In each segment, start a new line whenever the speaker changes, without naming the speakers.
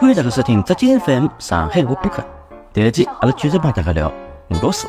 欢迎大家收听浙江 FM 上海话播客。这一期阿拉继续帮大家聊俄罗斯。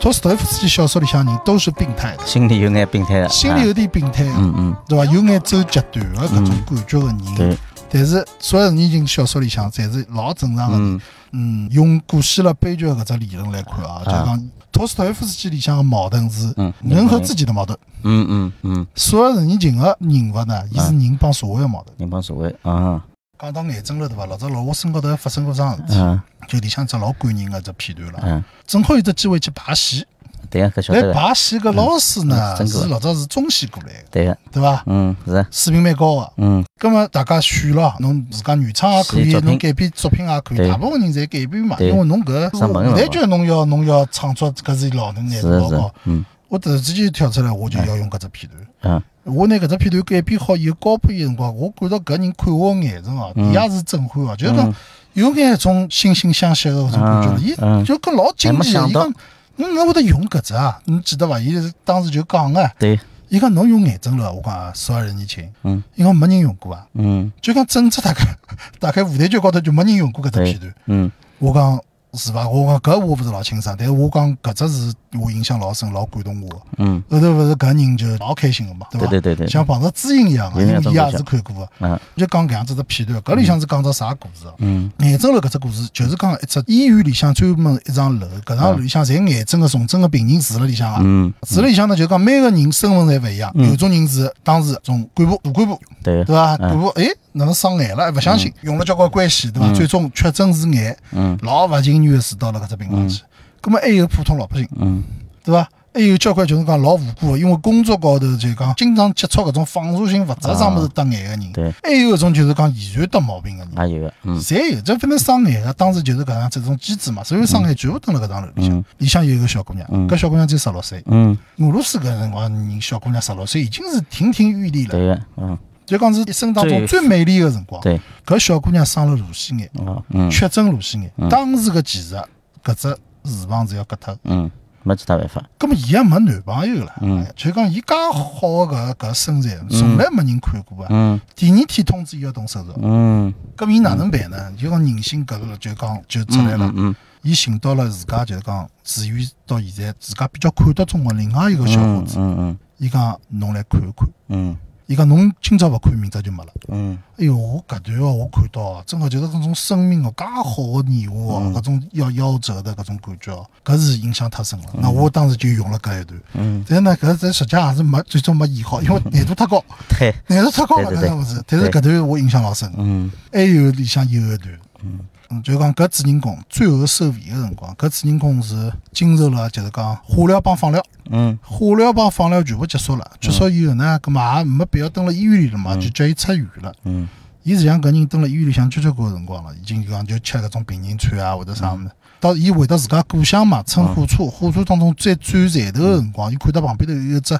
托斯托耶夫斯基小说里向人都是病态的，
心里有眼病态的，
心里有点病态的，
哎嗯嗯，
对伐？有眼走极端的啊搿种感觉的人
对，
但是所有言情小说里向侪是老正常的人。
嗯
嗯，用古希腊悲剧搿只理论来看啊，就
啊
讲托斯托耶夫斯基里向的矛盾是
嗯
人和自己的矛盾。
嗯嗯嗯，
所有言情个人物呢，伊是人帮社会的矛盾。
人帮社会啊
讲到癌症了，对伐？老早老我身高头还发生过桩事体，
啊
就里向只老感人个只片段了。
啊，
正好有只机会去哎排戏，
对啊呀，搿晓
来
得个，
排戏个老师呢
嗯真个
是老早是中戏过来的，
对个，
对伐？
嗯是啊，
水平蛮高个。
嗯
葛么啊大家选了，侬自家原创也可以
是，作品
侬改编作品也可以，
对
大部分人侪改编嘛，
对
因为侬搿
上本
舞
了
台
嘛
剧侬要侬要创作搿是老难难
是
度
的
老
是的
高。，
嗯
我突然之间跳出来，我就要用搿只片段。
啊
我拿搿只片段改编好以后，交拨伊的辰光，我感到搿人看我的眼神哦，
嗯
伊也是震撼哦，就是讲有眼种惺惺相惜的搿种感觉了。
嗯
伊
嗯
就搿老惊
还没
喜的，
想
伊
到
讲侬哪会得用搿只啊？侬记得伐？伊是当时就讲啊个，
对，啊
伊讲侬用癌症了，我讲啊，十二人年轻，
嗯
伊讲没人用过啊。
嗯
就讲整只大概 大概舞台剧高头就没人用过搿只片段。
嗯
我讲是伐？我讲搿我勿是老清爽，但是我讲搿只是我印象老深，老感动我的。
嗯
后头勿是搿人就老开心个嘛，对伐？
对对对对
像碰着知音一样个，
有
啊因
眼
为
种
伊
感
也
觉
是看过个。
啊
就讲搿样子只片段，搿里向是讲只啥故事啊？
嗯
癌症楼搿只故事就是讲一只医院里向专门一幢楼，搿幢楼里向侪癌症个重症个病人住辣里向啊。
嗯
住辣里向呢，就讲每个人身份侪勿一样，有种人是当时从干部、大干部，
对啊
对伐？干部哎，哪能生癌了？勿相信，用了交关关系，对伐？最终确诊是癌，
嗯
老勿情愿个死到了搿只病房去。葛末还有普通老百姓，
嗯
对伐？还有交关就是讲老无辜个，因为工作高头就讲经常接触搿种放射性物质啥物事得癌个人，
对
还有搿种就是讲遗传得毛病个人。
也有个，嗯
侪有，这反正上海个当时就是搿样子一啊种机制嘛，所有上海全部蹲辣搿幢楼里向
嗯，
里向有一个小姑娘，搿小姑娘只有十六岁，
嗯
俄罗斯搿辰光人小姑娘十六岁已经是亭亭玉立了，
对个，嗯
就讲是一生当中
最
最美丽个辰光。
对
搿小姑娘生了乳腺癌，
啊嗯
确诊乳腺癌，当时个技术啊搿只乳房是要割脱的。
嗯，没其他办法，
葛末伊也没男朋友了，
嗯
哎就讲伊介好个搿搿身材，从来没人看过啊。
嗯
第二天通知伊要动手术，
嗯
葛末伊哪能办呢？就讲人性搿个就讲就出来了
嗯。嗯
伊寻到了自家就是讲住院到现在自家比较看得中的另外一个小伙
嗯
子，
嗯
伊讲侬来看一看，
嗯
伊讲侬今朝勿看，明朝就没了。
嗯
哎哟，我搿段哦，我看到哦，真个就是搿种生命哦，介好的年华哦，搿种夭夭折的搿种感觉哦，搿是影响太深了。那我当时就用了搿一段，
嗯，
但是呢，搿这实际还是没最终没演好，因为难度太高，
对，
难度太高了，
对
搿
对
个物事。但是
对
搿段我印象老深，
嗯
还有里向有一段，嗯，就讲搿主人公最后收尾个辰光，搿主人公是经受了就是讲化疗帮放疗，
嗯
化疗帮放疗全部结束了，结束以后呢，葛末也没必要蹲辣医院里了嘛，就叫伊出院了。
嗯
伊实际上搿人蹲辣医院里向交交关关辰光了，已经就讲就吃搿种病人餐啊，或者啥物事。到伊回到自家故乡嘛，乘火车，火车当中再转站头个辰光，伊看到旁边头有一只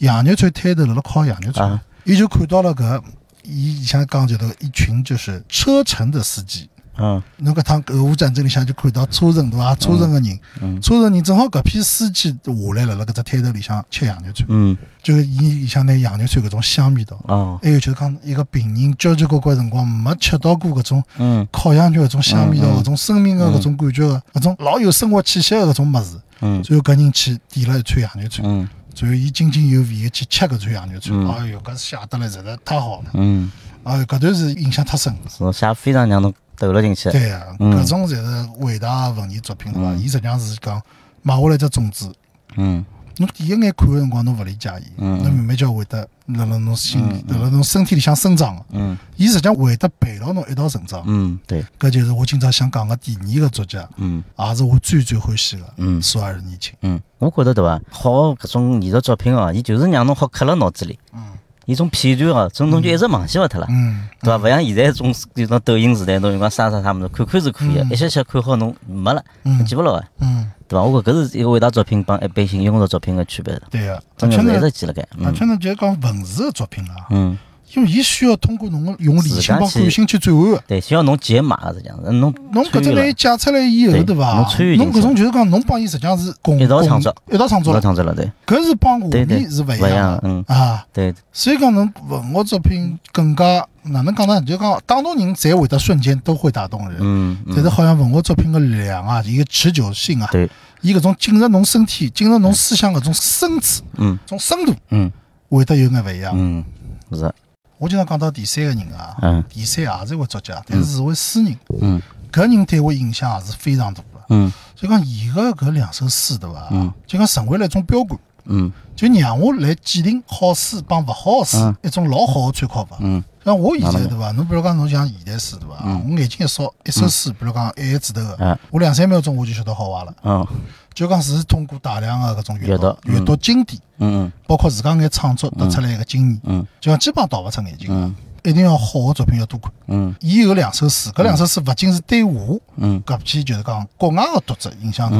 洋肉串摊头辣辣烤洋肉串
啊，
伊就看到了搿，伊以前讲就是一群就是车臣的司机。
嗯
侬搿趟俄乌战争里向就看到车臣对伐？车臣个
嗯
人，车臣人正好搿批司机下来了，辣搿只摊头里向吃洋肉串，
嗯
就是伊里向拿洋肉串搿种香味道。
哦
还有就是讲一个病人交交关关辰光没吃到过搿种
嗯
烤羊肉搿种香味道、搿种生命的搿种感觉的、搿种老有生活气息的搿种物事。
嗯
最后搿人去点了一串羊肉串，
嗯
最后伊津津有味的去吃搿串羊肉串。哎哟，搿写得来实在太好了！
嗯，
哎呦，搿段是印象太深了。
是写非常让侬投入进去，
对呀、
嗯
搿种才是伟大的文艺作品，对伐？伊实际上是讲买下来只种子，
嗯
侬第一眼看个辰光侬勿理解伊，侬慢慢就会得辣辣侬心里、辣辣侬身体里向生长个。
嗯
伊实际上会得陪牢侬一道成长。
嗯对，
搿就是我今朝想讲个第二个作家，
嗯。
也是我最最欢喜个
嗯
苏尔年轻。
嗯，我觉得对伐？好搿种艺术作品哦，伊就是让侬好刻辣脑子里。
嗯。
伊种片段哦，种侬就一直忘记勿脱了，
嗯，
对伐？勿像现在种就种抖音时代，侬就讲啥啥啥物事，看看是可以个，一些些看好侬没了，
嗯
记勿牢个，啊
嗯，
对伐？我觉搿是一个伟大作品呃帮一般性庸俗作品个区别了，
对个、而啊
真
且
个是一
呢
直，记辣盖。
而
嗯
且呢，就是讲文字个作品啊，
嗯
因为伊需要通过侬个用理
自
性
家
帮
去
感性去转换个。
对，需要侬解码了，实际上，侬
侬搿
参
只
与了
来解出来以后，
对
对伐
侬参与？进
侬
去
搿种就是讲，侬帮伊实际上是共
一道
共
创作
一道创
我
作
要
了。
创作了，对，
搿是帮画
对对
面是勿一
勿一样
样，
嗯，
的啊。
对，
所以讲，侬文学作品更加哪能讲呢？就讲打动人，侪会得瞬间都会打动人。
嗯，嗯
但是好像文学作品的力量啊，伊个持久性啊，
对，
伊搿种进入侬身体、进入侬思想搿种深处、
嗯
种深度，
嗯
会得有眼勿一样。
嗯，是，
我经常讲到第三个人啊，
嗯
第三也是一位作家，但是是位诗人，
嗯
搿人对我影响也是非常大的。
嗯
所以讲，伊个搿两首诗对伐
嗯？
就讲成为了一种标杆，
嗯
就让我来鉴定好诗帮勿好诗
嗯
一种老好的参考吧。
嗯
像我现
哪
在
能
对伐？侬比如讲侬像现代诗对伐？我眼睛一扫，一首诗，比如讲一个字头
嗯
个，我两三秒钟我就晓得好坏了。
哦
就讲是通过大量的搿种阅
阅
读
读、
阅读经典，
嗯
包括自家眼创作得出来个经验，
嗯
就讲基本上逃勿出眼睛的
嗯。
一定要好的作品要多看。
嗯
伊有两首诗，搿两首诗勿仅是对我
嗯
搿批就是讲国外的读者影响大，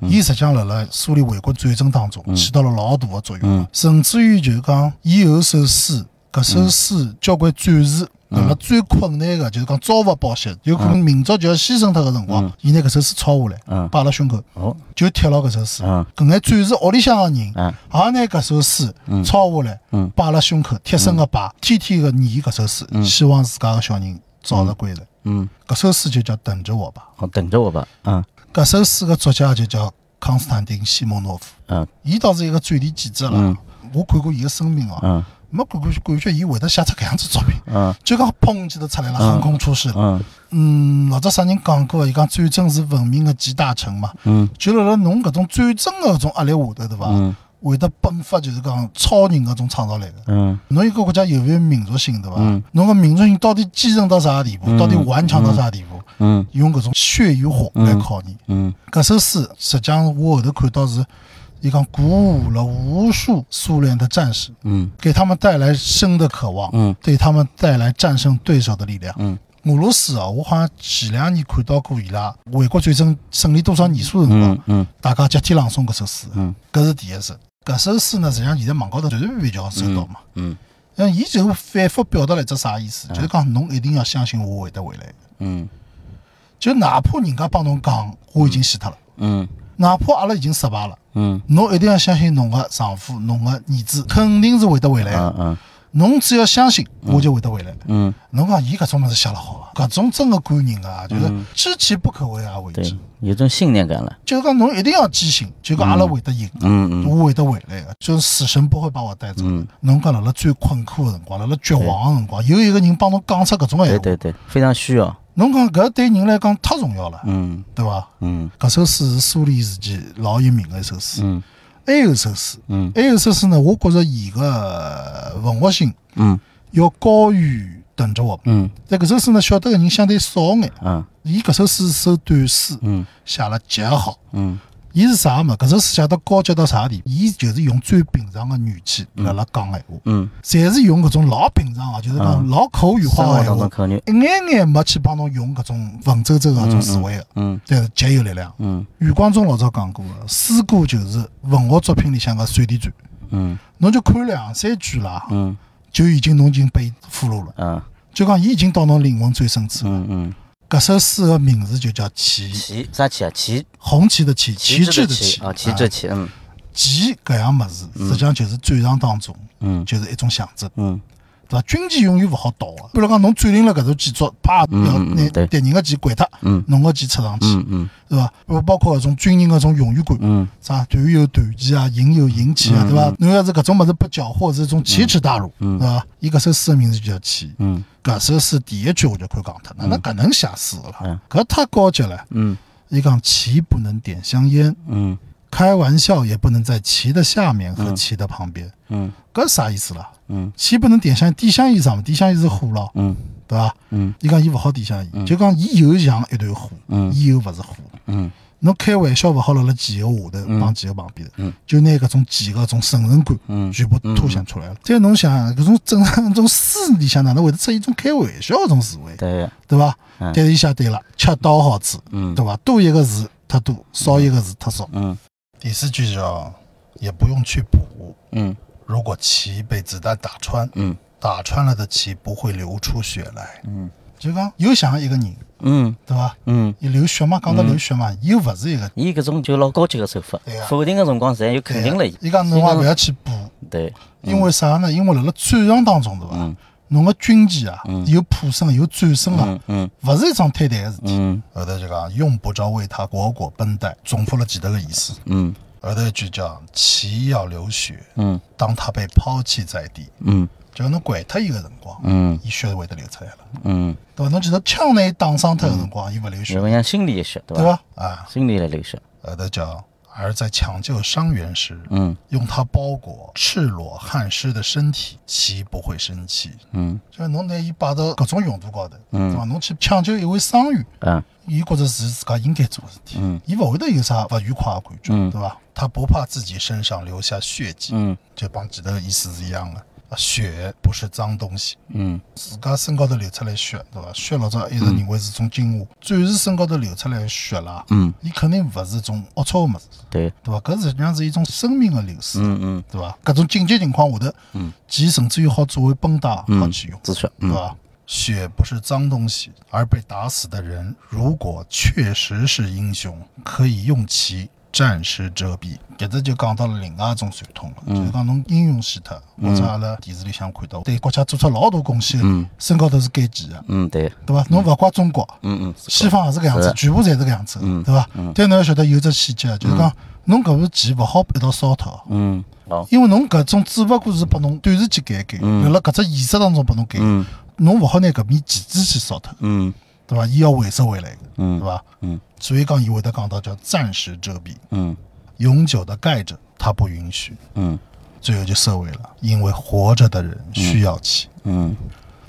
嗯
伊实际上辣辣苏联卫国战争当中起到了老大的作用
嗯，
甚至于就是讲伊有首诗，搿首诗交关战士。
嗯
辣辣最困难个，就是讲朝勿保夕，有可能民族就要牺牲脱个辰光，伊拿搿首诗抄下来，
嗯
摆辣胸口，
哦
就贴牢搿首诗。
嗯
搿眼战士屋里向个人，也
嗯
拿搿首诗抄下来
嗯，
摆辣胸口，贴身个摆，天天个念搿首诗，希望自家个小人早日归来。
嗯，
搿首诗就叫《等着我吧
好，等着我吧，嗯》，
搿首诗个作家就叫康斯坦丁·西蒙诺夫，
嗯
伊倒是一个战地记者啦
嗯。
我看过伊个生命哦，
嗯
没感觉感觉伊会得写出搿样子作品，
嗯
就讲砰叽头出来了，横空出世了。
嗯
嗯，老早啥人讲过，伊讲战争是文明个集大成嘛，
嗯
就辣辣侬搿种战争个搿种压力下头，对伐？
嗯
会得迸发就是讲超人搿种创造力个。
嗯
侬一个国家有没有民族性，对伐
嗯？
侬个民族性到底坚韧到啥地步？到底顽强到啥地步？
嗯
用搿种血与火来考验。
嗯
搿首诗实际上我后头看到是，伊讲鼓舞了无数苏联的战士，
嗯
给他们带来生的渴望，
嗯
对他们带来战胜对手的力量。
嗯
俄罗斯啊，我好像前两年看到过伊拉卫国战争胜利多少年数的辰光
嗯，嗯
大家集体朗诵搿首诗，
嗯
搿是第一首。搿首诗呢，实际上现在网高头随随便便就好搜到嘛。
嗯
嗯，伊就反复表达了一只啥意思，就是讲侬一定要相信我会得回来，
嗯
就哪怕人家帮侬讲我已经死脱了，
嗯
哪怕阿拉已经失败了。
嗯
侬一定要相信侬个丈夫、侬个儿子肯定是会得回来的。
嗯
侬只要相信，我就会得回来。
嗯
侬讲伊搿种物事写了好啊，搿种真个感人啊，就是知其不可为而为
嗯对
之，，
有种信念感了，
就是讲侬一定要坚信，就讲阿拉会得赢，
嗯嗯
我会得回来的，就是死神不会把我带走的。侬讲辣辣最困苦的辰光，辣辣绝望的辰光，有一个人帮侬讲出搿种闲
对
话，
对对，非常需要，
侬讲搿对人来讲太重要了，
嗯
对伐？
嗯
搿首诗是苏联时期老有名的一首诗，
嗯
还有一首诗，
嗯
还有一首诗呢，我觉着伊个文学性
嗯
要高于等着我。
嗯
但搿首诗呢，晓得个人相对少眼。
啊
伊搿首诗是首短诗，
嗯
写了极好。
嗯
伊是啥嘛？搿首诗写到高级到啥地步？伊就是用最平常的语气辣辣讲闲话，
嗯，
侪是用搿种老平常啊，就是讲老口语
生
化
活当
的闲
中
话，
考虑，
一眼眼没去帮侬用搿种文绉绉的啊搿种词汇的，
嗯
但是极有力量。
嗯
余光中老早讲过的，诗歌就是文学作品里向的闪电战。
嗯
侬就看两三句啦，
嗯
就已经侬已经被俘虏了，
啊
就讲伊已经到侬灵魂最深处。
嗯嗯，
搿首诗的名字就叫《旗》，
旗啥旗啊？旗
红旗的旗，旗帜
帜
的
旗啊，旗
旗
帜旗，嗯
旗搿样物事，实际上就是战场当中
嗯
就是一种象征，
嗯
对伐？军旗永远勿好倒个，比如讲侬占领了搿座建筑，啪，要
嗯嗯
拿
对
敌人个旗掼脱，
嗯
侬个旗插上去，
嗯嗯
对伐？包包括搿种军人搿种荣誉感，
嗯
啥团有团旗啊，营有营旗啊，对伐？侬要是搿种物事被缴获，是一种奇耻大辱，对伐？伊搿首诗的名字就叫《旗》。
嗯
搿首诗第一句我就看讲脱，哪能搿能写诗的
嗯
啦？搿太高级了。
嗯
伊讲旗不能点香烟，
嗯
开玩笑也不能在旗的下面和旗的旁边，
嗯
搿啥意思啦？
嗯
旗不能点香，点香烟啥嘛？点香烟是火咯，
嗯
对伐？
嗯
伊讲伊勿好点香烟，就讲伊有像一团火，
嗯
伊又勿是火。
嗯
侬开玩笑勿好辣辣旗个下头帮旗个旁边头，就拿搿种旗个搿种神圣感
嗯
全部凸显出来了。再侬想搿种正 常搿种诗里向哪能会得出现一种开玩笑搿种思维，
对，
对伐？
嗯
但是伊写对了，恰到好处，
嗯
对伐？多一个字太多，少一个字太少。
嗯
第四句叫也不用去补，
嗯
如果旗被子弹打穿，
嗯
打穿了的气不会流出血来。
嗯，
就讲有像一个人，
嗯
对伐？
嗯，
伊流血嘛，讲到流血嘛，又勿是一个。
伊搿种就老高级个手法
对啊，
否定个辰光，侪有肯定了伊。
伊讲侬也勿要去补，
对，
因为啥呢？因为辣辣战场当中，对伐？侬个军技啊，有普升有战升啊，
嗯嗯
勿是一桩推弹个事体。
嗯
后头就讲用不着为他裹裹绷带，重复了几头个意思。
嗯
后头一句叫岂要流血，
嗯
当他被抛弃在地，
嗯
就侬掼脱伊个辰光，
嗯
伊血会得流出来了，
嗯，
对伐？侬记得枪拿伊打伤脱个辰光，伊勿流血
有，个像心理一些，对
对
伐？
伐？啊，
心理来流血。
后头叫而在抢救伤员时，
嗯
用它包裹赤裸汗湿的身体，其不会生气。
嗯
就是侬拿伊摆到搿种用途高头，
嗯
对伐？侬去抢救一位伤员，
啊
伊觉着是自家应该做个事体
嗯，
伊勿会得有啥勿愉快个感
嗯
觉，对伐？他不怕自己身上留下血迹，
嗯
就帮前头个意思是一样的。啊血不是脏东西，
嗯
自家身高头流出来血，对伐？血老早一直认为是种精华，战士身高头流出来的血啦，
嗯，
伊肯定勿是种龌龊个物事，
对，
对伐？搿实际上是一种生命个流失，
嗯嗯
对伐？搿种紧急情况下头，其甚至于好作为绷带好
嗯，
去用，
自血。
对
嗯
吧？啊血不是脏东西，而被打死的人如果确实是英雄，可以用其暂时遮蔽。搿只就讲到了另外一种传统了，
嗯
就是讲侬英勇死脱，或者阿拉电视里向看到对国家做出老大贡献，身高头是减记的，
嗯，对，
对伐？侬勿怪中国，
嗯嗯
西方也是搿样
是嗯
子
的，
全部侪是搿样子，对伐？但侬要晓得有只细节，就是讲侬搿部旗勿好一道烧脱。
嗯，好，
因为侬搿种只勿过是拨侬短时间改一改，留辣搿只仪式当中拨侬改，
嗯
侬勿好拿搿面旗帜去烧脱，
嗯
对伐？伊要回收回来的，对伐？
嗯
所以讲伊会得讲到叫暂时遮蔽，
嗯
永久的盖着，它不允许。
嗯
最后就收回了，因为活着的人需要去。
嗯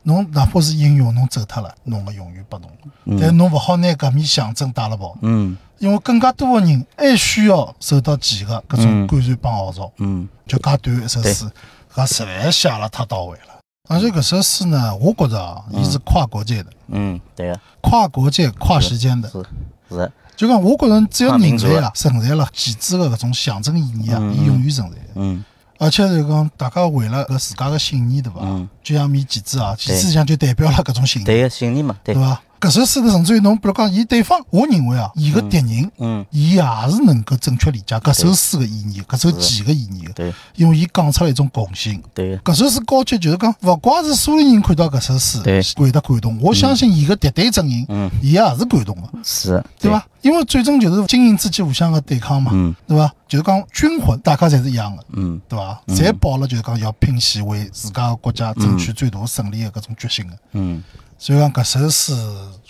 侬哪怕是英勇，侬走脱了，侬个永远拨侬了，但侬勿好拿搿面象征带了跑，
嗯
因为更加多的人还需要受到前个搿种感染帮号召。
嗯
就介短一首
对
诗，搿实在写了太到位了。而且搿首诗呢，我觉着啊，伊是跨国界的，
嗯，对啊，
跨国界、跨时间的。
是是，
就讲我觉着只要
跨民
人
族
类
的
啊，存在了旗帜的搿种象征意义啊，伊永远存在。
嗯
而且就讲大家为了搿自家的信念，对伐
嗯？
就像面旗帜啊，旗
对
帜上就代表了搿种信念，
对个，啊信念嘛，对
对，伐？搿首诗呢，甚至于侬比如讲，伊对方，我认为啊，伊个敌人。
嗯
伊也是能够正确理解搿首诗的意义，搿首旗的意义的，
对
因为伊讲出了一种共性，
对啊个，
搿首诗高级，就是讲勿光是苏联人看到搿首诗
对
会得感动，我相信伊个敌对阵营，
嗯
伊也是感动的，
是，啊
对伐？因为最终就是精英之间互相的对抗嘛，
嗯
对伐？就是讲军魂，大家侪是一样的，
嗯
对伐？侪抱了就是讲要拼死为自家的国家争取最大的胜利的搿种决心的。
嗯
所以讲搿首诗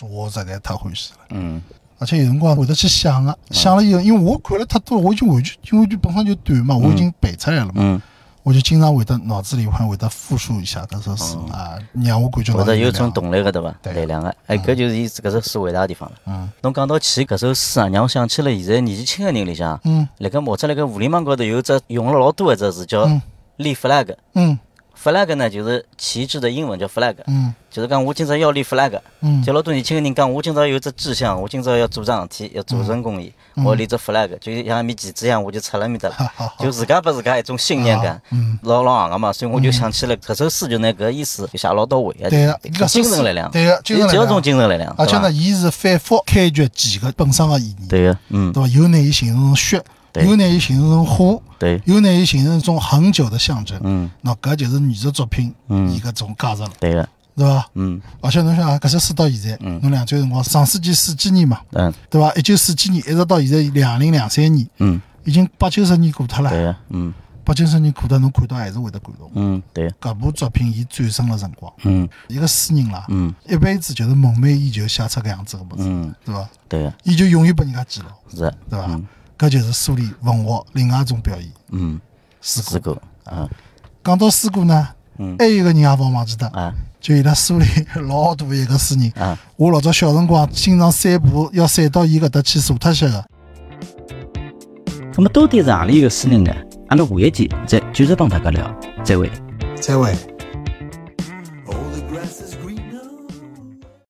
我实在太欢喜了。
嗯
而且有辰光会得去想啊，想了以后，因为我看了太多，我已经完全，因为就本身就短嘛，我已经背出来了嘛，
嗯，
我就经常会得脑子里还会得复述一下搿首诗
嗯
啊，让我感觉
或
到
者有
力量
种动力个对伐？
对
力量个，哎，搿就是伊搿首诗伟大个地方了。
嗯
侬讲到起搿首诗啊，让我想起了现在年纪轻个人里向，
嗯
辣盖或者辣盖互联网高头有只用了老多一只字叫
嗯
立 flag。
嗯
flag 呢就是旗帜的英文叫 flag，
嗯
就是讲我今朝要立 flag。
嗯
就老多年轻个人讲，我今朝有只志向，我今朝要做桩事体，要做成公益，
嗯
我要立只 flag，就像一面旗帜一样，我就插辣埃面搭了，就自家拨自家一种信念
啊
感，
嗯
老老行个嘛，所以我就想起了搿首诗，就拿搿意思就写老到位啊，
对个
搿精神力量，
对个精神力量啊
只要种精神力量，
而且
啊对
呢，
伐，
伊是反复开掘几个本身的意义，
对个，嗯，
对伐？有拿伊形容成血，
对
有拿伊形容成花，
对，
有拿伊形容成恒久的象征。
嗯，
那搿就是艺术作品
嗯
伊搿种价值了，
对个，
对伐？
嗯
而且侬想啊，搿首诗到现在，侬两九辰光上世纪四几年嘛，
嗯
对伐？一九四几年一直到现在两零两三年，
嗯，
已经八九十年过脱
对
了，
个，嗯
八九十年过脱，侬看到还是会得感动。
嗯对个，
搿部作品伊战胜了辰光，
嗯
一个诗人啦，
嗯
一辈子就是梦寐以求写出搿样子个物事，
嗯
对伐？
对个，
伊就永远被人家记牢，
是啊的，
对伐？搿就是苏联文学另外一种表现。
嗯，
诗
是
歌，
个，啊
讲到诗歌呢，还有一个人也勿忘记得，
嗯啊
就伊拉苏联 老大一个诗人，
啊，
我老早小辰光经常散步要散到伊搿搭去坐脱歇个。
那么到底是何里一个诗人呢？阿拉下一期再继续帮大家聊，再会。
再会。